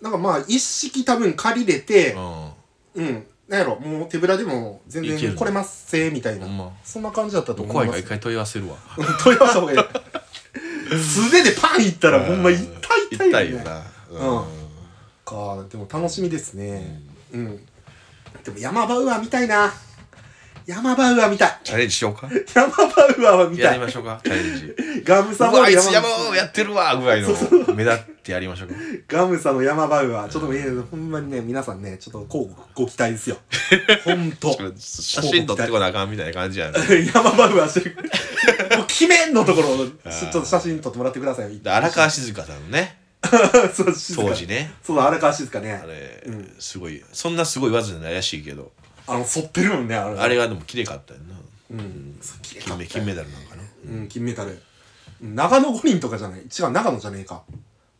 Speaker 2: なんかまあ一式多分借りれて
Speaker 1: うん
Speaker 2: うんなんやろもう手ぶらでも全
Speaker 1: いける
Speaker 2: 然
Speaker 1: の
Speaker 2: これますせみたいな
Speaker 1: ほんま
Speaker 2: そんな感じだったと思
Speaker 1: 怖
Speaker 2: い
Speaker 1: い
Speaker 2: ま
Speaker 1: から
Speaker 2: す
Speaker 1: 一回問い合わせるわ
Speaker 2: 問い合わせた方がいい素手でパンいったらほんま痛い [LAUGHS] 痛い
Speaker 1: 痛
Speaker 2: ね
Speaker 1: いよな
Speaker 2: うんかでも楽しみですねうん、でも山バウアーみたいな山バウアーみたい
Speaker 1: チャレンジしようか
Speaker 2: 山バウアーはみ
Speaker 1: や
Speaker 2: た
Speaker 1: り
Speaker 2: い
Speaker 1: ましょうかチャレンジ
Speaker 2: ガ
Speaker 1: う
Speaker 2: ム [LAUGHS] サ
Speaker 1: わあいつ山
Speaker 2: バ
Speaker 1: をやってるわぐらいの目立ってやりましょう
Speaker 2: [LAUGHS]
Speaker 1: か
Speaker 2: ガムサの山バウアーちょっと、えー、ほんまにね皆さんねちょっとこうご期待で
Speaker 1: [LAUGHS]
Speaker 2: すよほんと
Speaker 1: ちょっと写真撮ってこなあかんみたいな感じやな
Speaker 2: [LAUGHS] 山バウアーし
Speaker 1: [LAUGHS]
Speaker 2: てるもう決めんのところをちょっと写真撮ってもらってくださいよ
Speaker 1: で荒川静香さんのね
Speaker 2: そう静か
Speaker 1: 当時ね
Speaker 2: そうだ荒川静かね
Speaker 1: あ
Speaker 2: あ
Speaker 1: れ、
Speaker 2: うん
Speaker 1: すごいそんなすごい技じゃないらしいけど
Speaker 2: の反ってるもんねあれ
Speaker 1: あれがでも綺麗かったよな
Speaker 2: うんそう綺麗か
Speaker 1: 金メ
Speaker 2: ったよ
Speaker 1: 金メダルなんかな
Speaker 2: うん、金メダル。長野五輪とかじゃない違う、長野じゃねえか。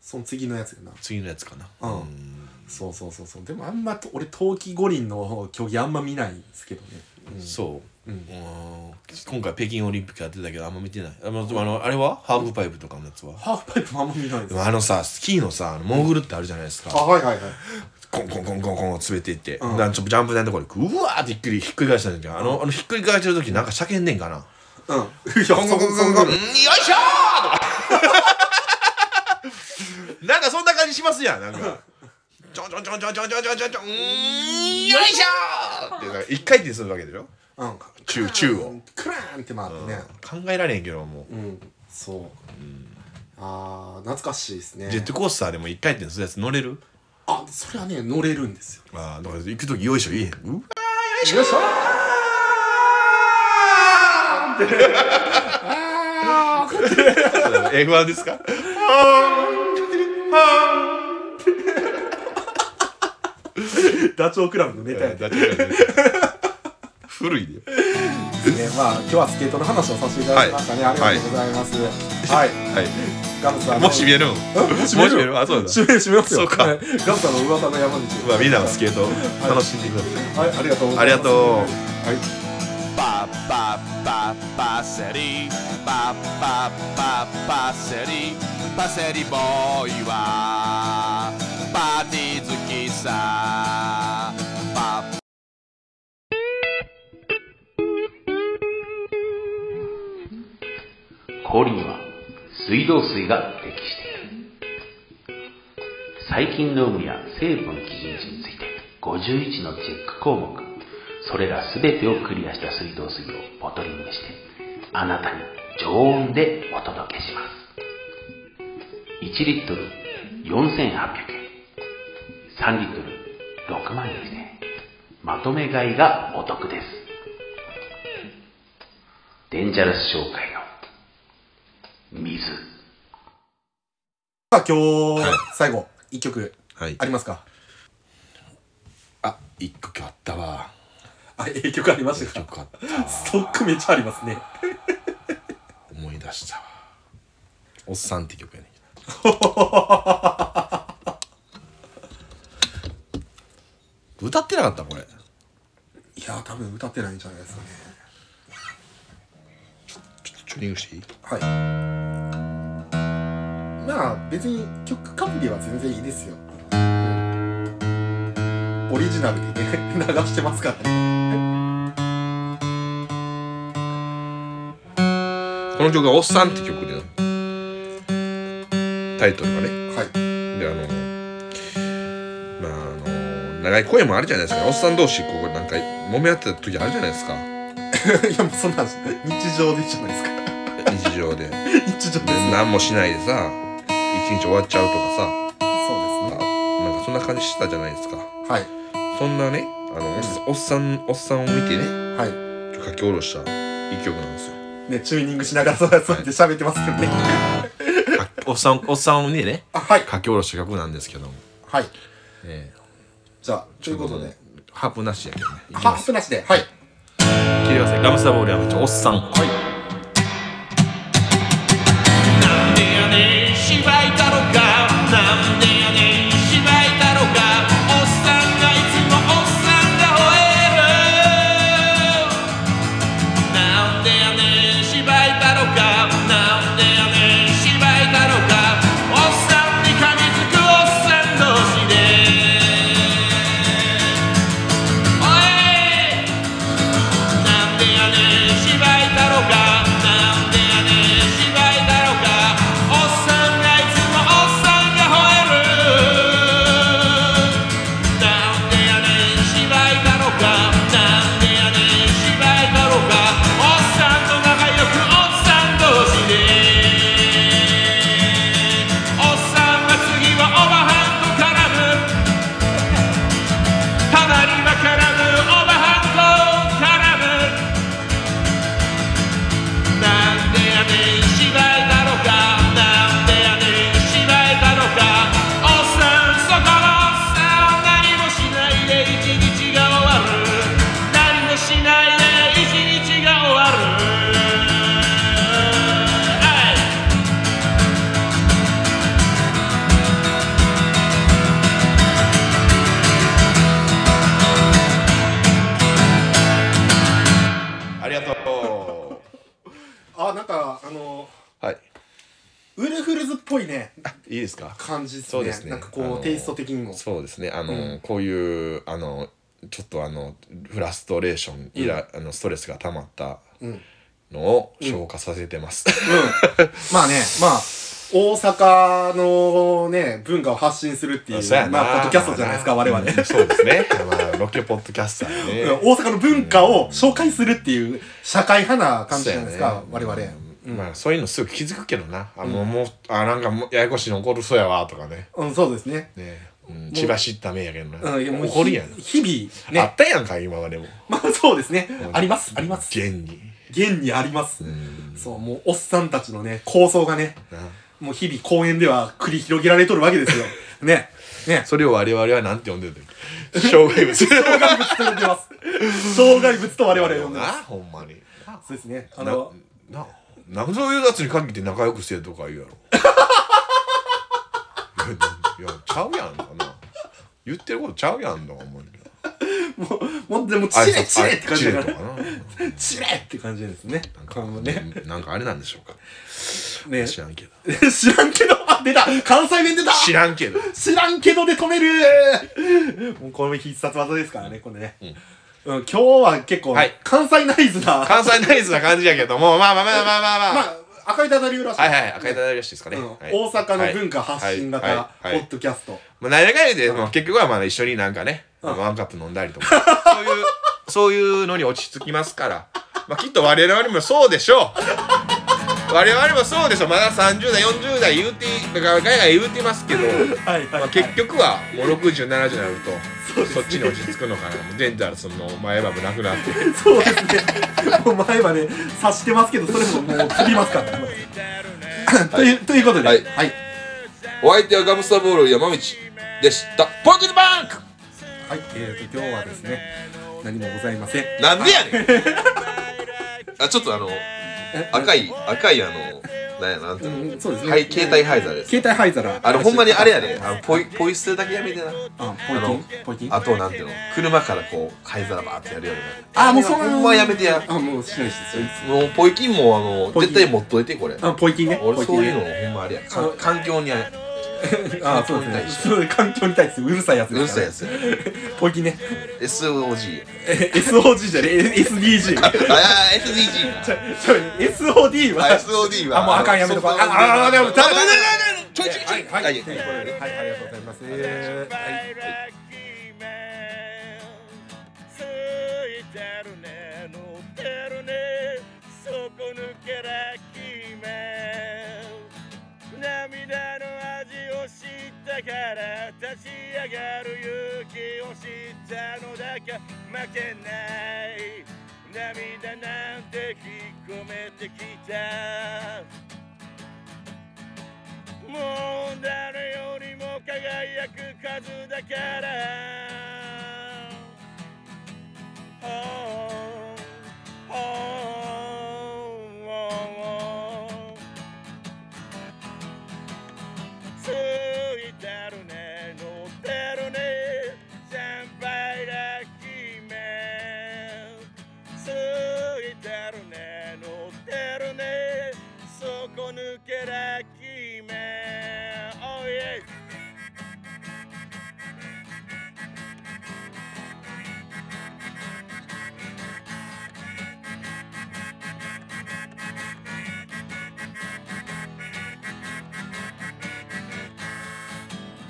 Speaker 2: その次のやつやな。
Speaker 1: 次のやつかな
Speaker 2: うんそうそうそうそう。でもあんまと、俺、冬季五輪の競技あんま見ないですけどね。
Speaker 1: そう、うーん今回北京オリンピックやってたけどあんま見てないあのでもあのあれはハーフパイプとかのやつは
Speaker 2: ハーフパイプもあんま見ないで。
Speaker 1: ですもあのさスキーのさあのモーグルってあるじゃないですか、
Speaker 2: あ、はいはいはい。
Speaker 1: コンコンコンコンコン滑っていって、
Speaker 2: うん
Speaker 1: なんかちょっとジャンプ台のところでうわーってひっくりひっくり返したんだけどあの,、あのひっくり返してる時なんか叫んねんかな [LAUGHS]
Speaker 2: うん。いや、そ
Speaker 1: コンコンコンコンコン
Speaker 2: そ
Speaker 1: うんよいしょーとかなんかそんな感じしますやんなんかちょんちょんちょんちょんちょんちょんちょんちょんちょんうーんよいしょーってなんか一回転するわけでしょ
Speaker 2: うん。
Speaker 1: 中中を、
Speaker 2: クラーンって回ってね。
Speaker 1: 考えられへんけどもう、
Speaker 2: うん。そう。あー、懐かしいですね。
Speaker 1: ジェットコースターでも一回転するやつ乗れる
Speaker 2: あ、それはね、乗れるんですよ。
Speaker 1: ああだから行く時よいしょいいへんうわ
Speaker 2: よいしょーって。あー、
Speaker 1: F1 ですか
Speaker 2: [LAUGHS] ダチョウ倶楽部の
Speaker 1: [LAUGHS]
Speaker 2: ネタやで。
Speaker 1: 古いで
Speaker 2: ね、まあ今日はスケートの話をさせていただきましたね、
Speaker 1: はい
Speaker 2: ありがとうございますはい、
Speaker 1: はい
Speaker 2: ガムさんの
Speaker 1: もし見えるん
Speaker 2: えもし見え
Speaker 1: もし
Speaker 2: る
Speaker 1: 見えるあそうだ
Speaker 2: 締め締めますよ
Speaker 1: そうか
Speaker 2: はい [LAUGHS] ガムさんの噂の山道
Speaker 1: まあみんなはスケートを楽しんでください
Speaker 2: はいありがとうございます
Speaker 1: ありがと
Speaker 2: はい
Speaker 4: pa pa pa passeri pa pa pa passeri passeri boy はパーティー好きさパ
Speaker 3: 氷には水道水が適している細菌の有無や成分基準値について51のチェック項目それら全てをクリアした水道水をボトリングしてあなたに常温でお届けします1リットル4800円3リットル6万円まとめ買いがお得ですデンジャラス商会の水
Speaker 2: は今日、最後、一曲、
Speaker 1: はい
Speaker 2: ありますか
Speaker 1: あ一曲あったわ
Speaker 2: あ、ええ曲ありました
Speaker 1: よ
Speaker 2: か
Speaker 1: かった
Speaker 2: ストックめっちゃありますね。
Speaker 1: 思い出したわおっさんって曲やねんけ [LAUGHS] ど歌ってなかったこれ
Speaker 2: いや、多分歌ってないんじゃないですかね。
Speaker 1: ちょっとチューニングしていい
Speaker 2: はい。まあ、別に曲カプリは全然いいですよ。オリジナルでね、流してますからね。
Speaker 1: この曲が「おっさん」って曲でタイトルがね
Speaker 2: はい。 [LAUGHS]
Speaker 1: であのまああの長い声もあるじゃないですかおっさん同士こうなんか揉め合ってた時あるじゃないですか
Speaker 2: いや、もうそんなん、日常でじゃないですか。 [LAUGHS]
Speaker 1: 日常でで
Speaker 2: 日常です。
Speaker 1: 何もしないでさ一日終わっちゃうとかさ
Speaker 2: そうですね。
Speaker 1: あなんかそんな感じしてたじゃないですか
Speaker 2: はい。そ
Speaker 1: そんなねあのおっおっさんおっさんを見てね
Speaker 2: はい。
Speaker 1: 書き下ろした一曲なんですよ
Speaker 2: ね、チューニングしながらそうやって喋ってますけどね。
Speaker 1: おっさんおっさんを見てね
Speaker 2: あ、はい。
Speaker 1: 書き下ろした曲なんですけども、
Speaker 2: はい。
Speaker 1: え
Speaker 2: じゃあ、ということで。
Speaker 1: ハープなしやけどねいき
Speaker 2: ハ
Speaker 1: ま
Speaker 2: ッ
Speaker 1: す
Speaker 2: プなしで。はい。
Speaker 1: 聞いてくださいラムスターボール山口おっさんはい
Speaker 5: なんでやねん芝居太郎がなんでやねん芝居太郎がおっさんがいつもおっさんが吠えるなんでやねん芝居太郎がなんでやねん芝居太郎がおっさんに噛みつくおっさん同士でおいなんでやねん芝居だろうがなんでやねん芝居だろうがおっさんがいつもおっさんが吠えるなんでやねん芝居だろうがなんでやねん芝居だろうがおっさんと仲良くおっさん同士でおっさんは次はおばはんと絡むたまには絡むオバハンと絡むなんでやねん芝居だろうかなんでやねん芝居だろうかおっさんそこのおっさん何もしないで一日が終わる何もしないで一日が終わるはい
Speaker 1: ありがと
Speaker 2: あ、なんか、あの、
Speaker 1: うはい
Speaker 2: ウルフルズっぽいね、
Speaker 1: いいですか
Speaker 2: 感じですね。
Speaker 1: そうですね
Speaker 2: なんか
Speaker 1: あ
Speaker 2: こ
Speaker 1: の
Speaker 2: う、テイスト的にも。
Speaker 1: そうですねあの、こういうあのちょっとあのフラストレーションイラ、あのストレスが溜まったのを消化させてます、
Speaker 2: うん。まあね、まあ、大阪のね、文化を発信するってい
Speaker 1: [LAUGHS] そうや
Speaker 2: う、
Speaker 1: な
Speaker 2: まあ、ポッドキャストじゃないですか、我々。
Speaker 1: うんそうですね、まあ、ロケポッドキャスターね
Speaker 2: うん大阪の文化を紹介するっていう社会派な感じじゃないですか、
Speaker 1: そう
Speaker 2: 我
Speaker 1: やね
Speaker 2: 々。
Speaker 1: うんまあそういうのすぐ気づくけどなあの、もうあなんかもうややこしいの怒るそうやわとかね
Speaker 2: うん、そうですね。
Speaker 1: ね、うん、千葉知った目やけどな、
Speaker 2: うん、いやもう
Speaker 1: 怒るやん、
Speaker 2: ひ日々
Speaker 1: あ
Speaker 2: ね
Speaker 1: っ。たやんか今までも
Speaker 2: まあそうですね。あります、あります。
Speaker 1: 現に
Speaker 2: 現にあります。そう、もうおっさんたちのね、構想がね、もう日々公園では繰り広げられとるわけ
Speaker 1: [LAUGHS]
Speaker 2: ですよ。ね。ね。
Speaker 1: それを我々はなんて呼んでるんだっけ障害物
Speaker 2: 障害物と呼んでます。障害物と我々呼んでま
Speaker 1: なほんまに
Speaker 2: す。そうですね。あ
Speaker 1: な
Speaker 2: の、
Speaker 1: ななんそういうやつに限って仲良くせえとか言うやろいやいやちゃうやんかな言ってることちゃうやんとか思うけど
Speaker 2: もう、もう、でも、チレチレって感じ
Speaker 1: あ
Speaker 2: だ
Speaker 1: いつあ
Speaker 2: か。
Speaker 1: いつチレとからな
Speaker 2: チレって感じですね。なんかもうね。
Speaker 1: なんかあれなんでしょうか
Speaker 2: ね。
Speaker 1: 知らんけど
Speaker 2: 知らんけど、あ、出た関西弁出た
Speaker 1: 知らんけど
Speaker 2: 知らんけどで止めるもうこれも必殺技ですからね、これね。うん、今日は結構、
Speaker 1: はい
Speaker 2: 関西ナイズな、
Speaker 1: 関西ナイスな感じやけどもまあまあまあまあまあまあ、
Speaker 2: まあ、赤いダダ流らしい。
Speaker 1: はいはい赤い正しいですかね、
Speaker 2: うん
Speaker 1: はい
Speaker 2: 大阪の文化発信
Speaker 1: はい
Speaker 2: 型ポ
Speaker 1: はいはい
Speaker 2: ッドキャスト。
Speaker 1: まあ、何やかんやで、まあ、結局はまあ一緒になんかね、ワンカップ飲んだりとか、そういう、そういうのに落ち着きますから、まあ、きっと我々もそうでしょう。我々もそうでしょう。まだ30代、40代言うて、ガヤガヤ言うてますけど、
Speaker 2: はいはい
Speaker 1: ま
Speaker 2: は
Speaker 1: あ、
Speaker 2: い。
Speaker 1: 結局はもう60、70になると、そっちに落ち着くのかな。もうデンタルスの前歯もなくなって。
Speaker 2: そうですね。もう前はね、察してますけど、それももう飛びますから。という、ということで、
Speaker 1: はい
Speaker 2: はい
Speaker 1: お相手はガムスタボール山道でしたポンジュバンク
Speaker 2: はい、えーと、今日はですね、何もございません。
Speaker 1: なんでやねん
Speaker 2: [LAUGHS]
Speaker 1: あちょっとあの赤い赤いあのなんやなんていうの、
Speaker 2: うんそうですね
Speaker 1: はい携帯灰皿です
Speaker 2: 携帯灰皿。
Speaker 1: あのほんまにあれやで、あのポイポイ捨てだけやめてな
Speaker 2: あ、ポ
Speaker 1: あ
Speaker 2: イキ
Speaker 1: の
Speaker 2: ンポイキン
Speaker 1: あとなんていうの車からこう灰皿バーってやるような
Speaker 2: あ、もうそんな
Speaker 1: ほんまやめてや
Speaker 2: あ、もうしないです。
Speaker 1: もうポイ金もあの
Speaker 2: ポイ
Speaker 1: 絶
Speaker 2: 金
Speaker 1: 対持っといてこれ
Speaker 2: あ、ポイキンね。ポ
Speaker 1: 俺
Speaker 2: イキ
Speaker 1: そ
Speaker 2: ン
Speaker 1: う
Speaker 2: ね
Speaker 1: いうのほんまあれやかん環境にあれ
Speaker 2: あ、そうですね。そう環境に対してうるさいやつ
Speaker 1: う
Speaker 2: で
Speaker 1: る
Speaker 2: す
Speaker 1: さ
Speaker 2: か
Speaker 1: い
Speaker 2: ら
Speaker 1: やつや
Speaker 2: [LAUGHS] ポイキンね。
Speaker 1: SOG や
Speaker 2: え SOG じゃねえ、
Speaker 1: [LAUGHS]
Speaker 2: え SDG。
Speaker 1: ああ SDG な
Speaker 2: ちょちょ SOD は、
Speaker 1: SOD は
Speaker 2: あ、もうあかん、やめとこう。あ、
Speaker 1: ソフトウェア
Speaker 2: あ、あ、でも、
Speaker 1: あダメダメダメちょいちょいちょ
Speaker 2: はいい、はい、
Speaker 1: は
Speaker 2: はいい、ということではい、ありがとうございます。えーはい
Speaker 5: ついてるね乗ってるね底抜けな君涙の味を知ったから立ち上がる勇気を知ったのだか負けない涙なんて引っ込めてきたもう誰よりも輝く数だから「Oh, oh, oh, oh ついてるね乗ってるね先輩だ君ついてるね乗ってるね底抜けだ君 Oh yeah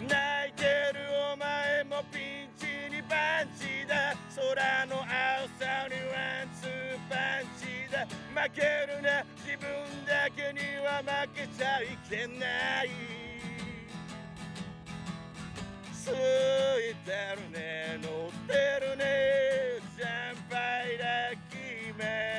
Speaker 5: 泣いてるお前もピンチにパンチだ空の青さにワンツーパンチだ負けるな自分だけには負けちゃいけないついてるね乗ってるね先輩だ君